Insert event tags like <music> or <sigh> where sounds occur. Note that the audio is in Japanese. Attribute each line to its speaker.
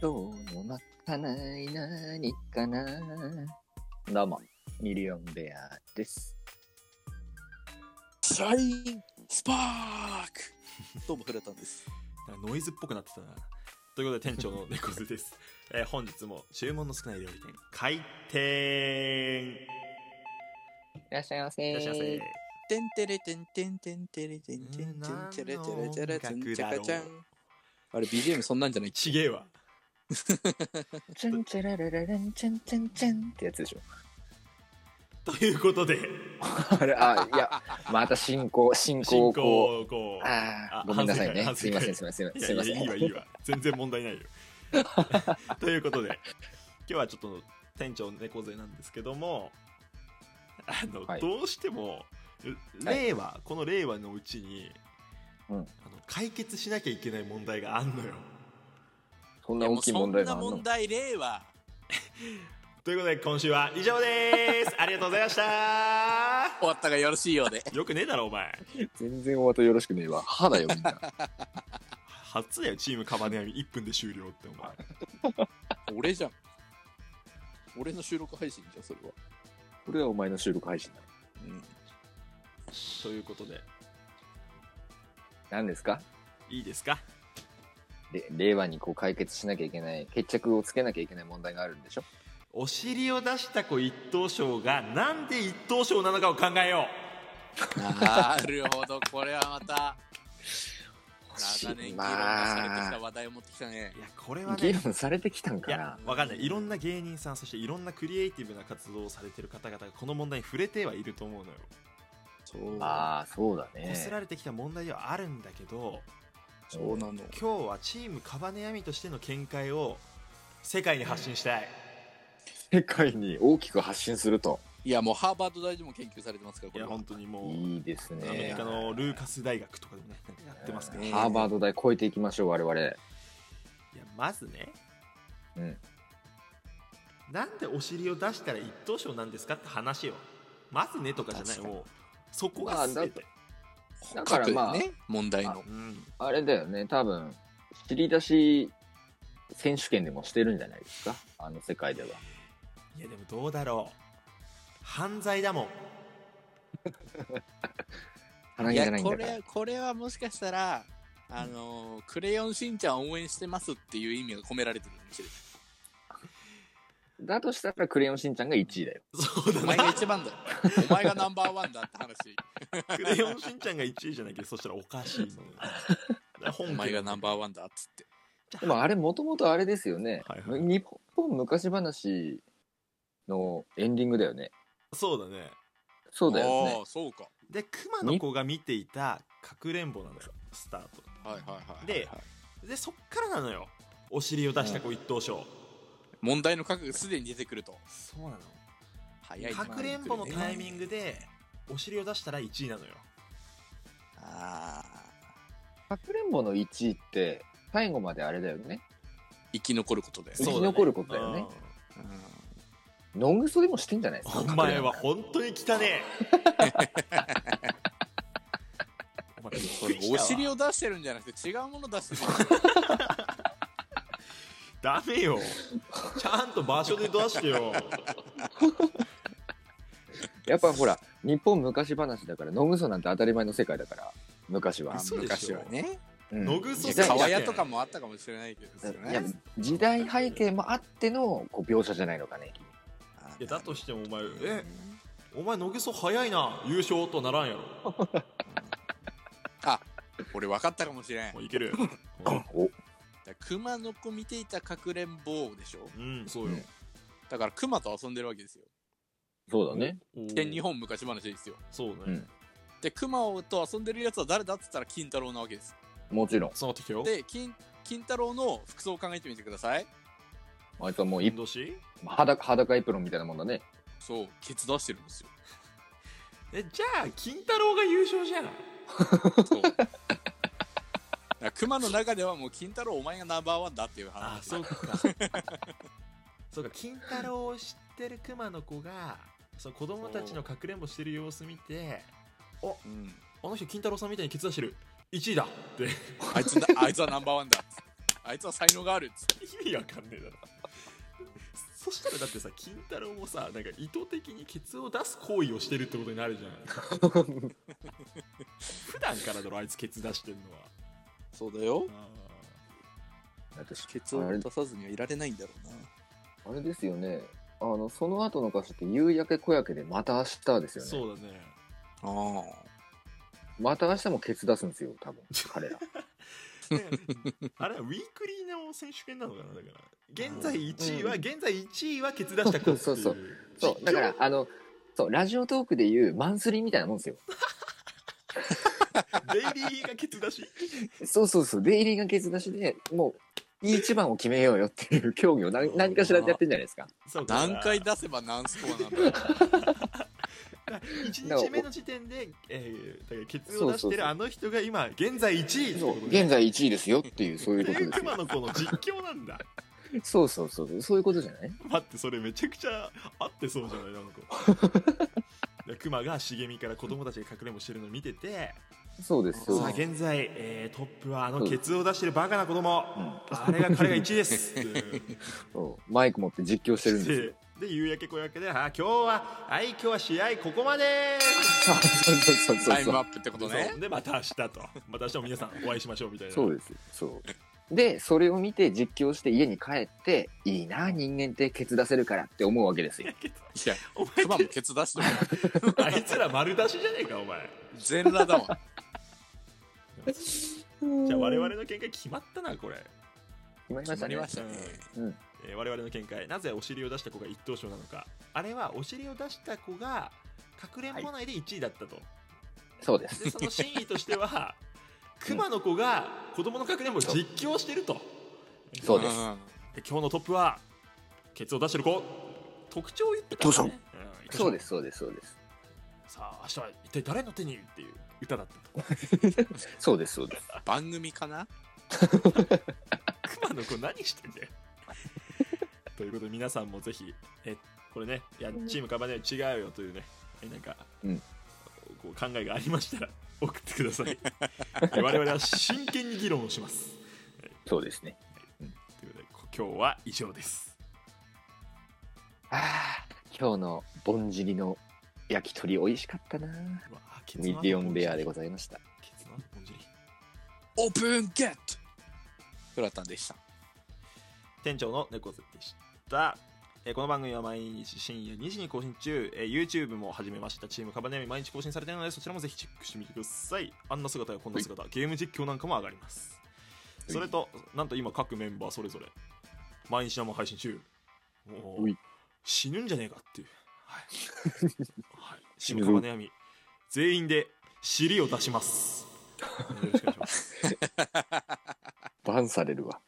Speaker 1: どうもまかない何かな。どうも、ミリオンベアです。
Speaker 2: シャインスパークどうもフラタンです。
Speaker 3: なんかノイズっぽくなってたな。ということで店長の猫
Speaker 1: <laughs>
Speaker 3: 背です、えー本日も注文の少ない料理店、開店
Speaker 1: いらっしゃいませ。
Speaker 3: いらっしゃいませ。
Speaker 2: てんてれてんてんてんてれてんてんてんてれてれてれてんちゃかちゃん。あれ BGM そんなんじゃない
Speaker 3: ちげえわ。
Speaker 1: チャンチャラララランチャンチャンチャンってやつでしょ。
Speaker 3: ということで、
Speaker 1: あれ、あ、いや、また進行、進行
Speaker 3: 進
Speaker 1: をこ
Speaker 3: 行をこ
Speaker 1: う。
Speaker 3: う。
Speaker 1: ああ、
Speaker 3: あ
Speaker 1: ごめんなさいね。
Speaker 3: 反
Speaker 1: すい
Speaker 3: 省
Speaker 1: ま
Speaker 3: 会
Speaker 1: せん、すいません、
Speaker 3: い
Speaker 1: す
Speaker 3: や
Speaker 1: い
Speaker 3: い
Speaker 1: ま
Speaker 3: や、
Speaker 1: せん。
Speaker 3: いいわ、いいわ。全然問題
Speaker 1: <laughs>
Speaker 3: ないよ。ということで、今日はちょっと店長猫背なんですけども、あの、
Speaker 1: はい
Speaker 3: どうしても、う
Speaker 1: はい
Speaker 3: 令和、この令和のうちに、
Speaker 1: うん
Speaker 3: あの解決しなきゃいけない問題があんのよ。
Speaker 1: そん
Speaker 2: い
Speaker 1: な
Speaker 2: やも
Speaker 1: 大
Speaker 2: う
Speaker 1: きい問題があ
Speaker 2: そん
Speaker 1: ん
Speaker 2: な
Speaker 1: の
Speaker 2: 問題令和。
Speaker 3: ということで今週は以上ですありがとうございました
Speaker 2: 終わったがよろしいようで。
Speaker 3: よくねえだろお前
Speaker 1: 全然お後よろしくねえわ。歯だよ、みんな。
Speaker 3: 初だよチームカバネアミ1分で終了ってお前
Speaker 2: 俺じゃん。俺の収録配信じゃん、それは。
Speaker 1: これはお前の収録配信だ。
Speaker 2: うん。
Speaker 3: ということで
Speaker 1: 何ですか
Speaker 3: いいですか
Speaker 1: で令和にこう解決しなきゃいけない決着をつけなきゃいけない問題があるんでしょ
Speaker 3: お尻を出した子一等賞がなんで一等賞なのかを考えよ
Speaker 2: なるほど、これはまた、長年議論
Speaker 1: ま
Speaker 2: がされてきた
Speaker 1: あ
Speaker 2: 話題を持ってきたね
Speaker 3: うい。やこれは
Speaker 1: 議
Speaker 3: ね
Speaker 1: 論されてきたん
Speaker 3: い
Speaker 1: か
Speaker 3: や
Speaker 1: な
Speaker 3: わかんないいろんな芸人さんそしていろんなクリエイティブな活動をされてる方々がこの問題に触れてはいると思うのよ
Speaker 2: そう
Speaker 1: ああそうだ
Speaker 3: こ
Speaker 1: ね
Speaker 3: すられてきた問題ではあるんだけど
Speaker 2: そうなの。
Speaker 3: 今日はチームカバネアミとしての見解を世界に発信したい
Speaker 1: 世界に大きく発信すると
Speaker 2: いや、もうハーバード大でも研究されてますから、これ
Speaker 3: いや
Speaker 2: は。
Speaker 3: 本当にもう
Speaker 1: いいですね
Speaker 3: アメリカのルーカス大学とかでもねなんかやってますけど、
Speaker 2: ね
Speaker 1: ハーバード大超えていきましょう我々
Speaker 3: いやまずね、
Speaker 1: うん
Speaker 3: なんでお尻を出したら一等賞なんですかって話よまずねとかじゃない
Speaker 1: 確かに
Speaker 3: もうそこが全て、
Speaker 1: だからまあ
Speaker 2: 各ね、問題の。
Speaker 3: うん、
Speaker 1: あれだよね多分知り出し選手権でもしてるんじゃないですかあの世界ではい
Speaker 3: やでもどうだろう犯罪だもん
Speaker 1: 腹
Speaker 2: い
Speaker 1: にじゃ
Speaker 2: や
Speaker 1: ないん
Speaker 2: こ
Speaker 1: だから
Speaker 2: れこれはもしかしたら「あのークレヨンしんちゃんを応援してます」っていう意味が込められてるかもし
Speaker 3: <laughs>
Speaker 2: れない
Speaker 1: だとしたら「クレヨンしんちゃん」が1位だよ
Speaker 3: そうだ
Speaker 1: <laughs>
Speaker 2: お前
Speaker 3: な
Speaker 2: が一番だよお前がナンバーワンだって話
Speaker 3: クレヨンしんちゃんが1位じゃなきゃそしたらおかしいのよだ
Speaker 1: <laughs>
Speaker 3: から本
Speaker 2: お
Speaker 3: 家
Speaker 2: 前がナンバーワンだっつって
Speaker 1: でもあれもともとあれですよね、
Speaker 3: はいはい
Speaker 1: 日本昔話のエンディングだよね
Speaker 3: そうだね
Speaker 1: そうだよ
Speaker 2: あ
Speaker 1: ね
Speaker 2: あそうか
Speaker 3: で熊の子が見ていたかくれんぼなのよスタート
Speaker 2: はいはいはいはいはい
Speaker 3: ででそっからなのよお尻を出した子一等賞、
Speaker 2: 問題の価格がすでに出てくると
Speaker 3: そうなの
Speaker 2: 早い
Speaker 3: かくれんぼのタイミン
Speaker 2: グ
Speaker 3: グでお尻を出したら1位なのよ
Speaker 2: ああ
Speaker 1: かくれんぼの1位って最後まであれだよね
Speaker 2: 生き残ることだよね
Speaker 1: 生き残ることだよねノングソでもしてんじゃないです
Speaker 3: う
Speaker 1: か
Speaker 3: んお前は本当に汚ねえ <laughs> お前びっくりした
Speaker 2: お
Speaker 3: わ
Speaker 2: 尻を出してるんじゃなくて違うもの出してる
Speaker 3: <laughs> ダメよちゃんと場所で出してよ
Speaker 1: やっぱほら日本昔話だからノングソなんて当たり前の世界だから昔は、
Speaker 3: 嘘でし
Speaker 2: 昔
Speaker 3: ょ
Speaker 2: はね
Speaker 1: うん
Speaker 3: ノグソ
Speaker 1: 時
Speaker 3: 世界
Speaker 1: 代
Speaker 2: 川
Speaker 3: だ
Speaker 2: 屋とかもあったかもしれないけど
Speaker 1: いや時代背景もあってのこう描写じゃないのかね君
Speaker 3: いやだとしてもお前えお前のげそ早いな優勝とならんやろ
Speaker 2: あ俺分かったかもしれん
Speaker 3: もういける
Speaker 1: お
Speaker 2: 熊の子見ていたかくれんぼでしょ
Speaker 3: うん <laughs> そうよ
Speaker 2: だから熊と遊んでるわけですよ
Speaker 1: そうだね
Speaker 3: おー
Speaker 2: で日本昔話ですよ
Speaker 3: そうね、
Speaker 1: うん
Speaker 2: で熊と遊んでるやつは誰だっつったら金太郎なわけです
Speaker 1: もちろん
Speaker 3: そうなってきたよ
Speaker 2: で金金太郎の服装を考えてみてください
Speaker 1: あいつはもう
Speaker 3: 運
Speaker 1: 一
Speaker 3: 動し
Speaker 1: 裸裸エプロンみたいなもんだね
Speaker 2: そうケツ出してるんです <laughs> よ
Speaker 3: えじゃあ金太郎が優勝じゃん
Speaker 2: そうだから熊の中ではもう金太郎お前がナンバーワンだっていう
Speaker 3: あ
Speaker 2: 話
Speaker 3: そうか <laughs> そうか金太郎を知ってる熊の子がそう子供たちのかくれんぼしてる様子見て
Speaker 2: うん、
Speaker 3: あの人金太郎さんみたいに決断してる1位だって
Speaker 2: あいつなあいつはナンバーワンだあいつは才能があるっつって
Speaker 3: 意味わかんねえだろそしたらだってさ金太郎もさなんか意図的にケツを出す行為をしてるってことになるじゃん <laughs> 普段からだろあいつケツ出してんのは
Speaker 2: そうだよ
Speaker 3: あ
Speaker 1: 私
Speaker 2: ケツを出さずにはいられないんだろうな
Speaker 1: あれですよねあのその後の歌詞って「夕焼け小焼け」でまた明日です
Speaker 3: ー
Speaker 1: よね
Speaker 3: そうだね
Speaker 2: ああ
Speaker 1: また明日もケツ出すんですよ多分彼
Speaker 3: <laughs>
Speaker 1: ら
Speaker 3: ねあれはウィークリーの選手権なのかなだから現在1位は、現在1位はケツ出したコースってい
Speaker 1: そうそうだからあのそうラジオトークでいうマンスリーみたいなもんですよ
Speaker 3: デイリーがケツ出し
Speaker 1: そうそうそうデイリーがケツ出しでもう一番を決めようよっていう <laughs> 競技を何何かしらでやってんじゃないですか
Speaker 3: そうか
Speaker 2: 何回出せば何スコアなんだ
Speaker 3: 1日目の時点で、えー、だからケツを出してるあの人が今現在1位
Speaker 1: そう現在1位ですよっていうそういう
Speaker 3: って
Speaker 1: こと
Speaker 3: いう
Speaker 1: です
Speaker 3: 熊
Speaker 1: よ
Speaker 3: の子の実況なんだ
Speaker 1: そうそうそうそういうことじゃない
Speaker 3: 待ってそれめちゃくちゃ合ってそうじゃないなんか
Speaker 1: <laughs>
Speaker 3: 熊が茂みから子供たちが隠れもしてるのを見てて
Speaker 1: そうですそう
Speaker 3: さあ
Speaker 1: です
Speaker 3: 現在、えートップはあのケツを出してるバカな
Speaker 1: <laughs>
Speaker 3: 子供、あれが彼が1位ですって
Speaker 1: そうマイク持って実況してるんですよ
Speaker 3: でで夕焼け小焼けで「あ今日ははい今日は試合ここまで
Speaker 1: そうそうそうそう
Speaker 2: タイ
Speaker 1: そ
Speaker 2: ムア
Speaker 1: う
Speaker 2: ップってことね
Speaker 3: そうでまた明日とまた明日も皆さんお会いしましょうみたいな
Speaker 1: そうですそうでそれを見て実況して家に帰っていいな人間ってケツ出せるからって思うわけですよ
Speaker 2: いや
Speaker 3: お前
Speaker 2: クマもケツ出しても
Speaker 3: <laughs> あいつら丸出しじゃねえかお前
Speaker 2: <laughs> 全裸だわ
Speaker 3: じゃあ我々の見解決まったなこれ、
Speaker 1: 決まりまし
Speaker 2: 決
Speaker 1: た
Speaker 2: まり
Speaker 1: ね
Speaker 2: ましたね
Speaker 3: えー我々の見解なぜお尻を出した子が一等賞なのかあれはお尻を出した子がかくれんぼ内で1位だったと、
Speaker 1: そうです
Speaker 3: でその真意とし
Speaker 1: <laughs>
Speaker 3: ては熊の子が子供のかくれんぼを実況してると
Speaker 1: そうです
Speaker 2: ん
Speaker 3: で今日のトップはケツを出してる子特徴を言ってたからね、うん
Speaker 1: そうですそうですそうです
Speaker 3: さあ明日は一体誰の手にっていう歌だったと
Speaker 1: そうですそうです
Speaker 2: 番組かな
Speaker 3: 熊の子何してんだよ <laughs> ということで皆さんもぜひえこれねいやチームカバネは違うよというねえなんか、
Speaker 1: うん
Speaker 3: こう考えがありましたら <laughs> 送ってくださいえ我々は真剣に議論をします
Speaker 1: そうですね
Speaker 3: ということでこ今日は以上です
Speaker 1: あー今日のぼんじりの焼き鳥美味しかったな
Speaker 3: うわケツの
Speaker 1: ミ
Speaker 3: 後
Speaker 1: リオンベアでございました
Speaker 3: ケツの後ぼんじり
Speaker 2: オープンゲットフラタンでした
Speaker 3: 店長の猫背でした、えーこの番組は毎日深夜2時に更新中、えー YouTube も始めましたチームカバネアミ毎日更新されているのでそちらもぜひチェックしてみてくださいあんな姿やこんな姿ゲーム実況なんかも上がります
Speaker 1: い
Speaker 3: それとなんと今各メンバーそれぞれ毎日生配信中もう
Speaker 1: うい
Speaker 3: 死ぬんじゃねえかっていうはい、
Speaker 1: <laughs>
Speaker 3: はい、チ
Speaker 1: 死
Speaker 3: ー
Speaker 1: ぬ
Speaker 3: ム
Speaker 1: ぞ
Speaker 3: カバネアミ全員で尻を出しますよろしくお願いします
Speaker 1: バンされるわ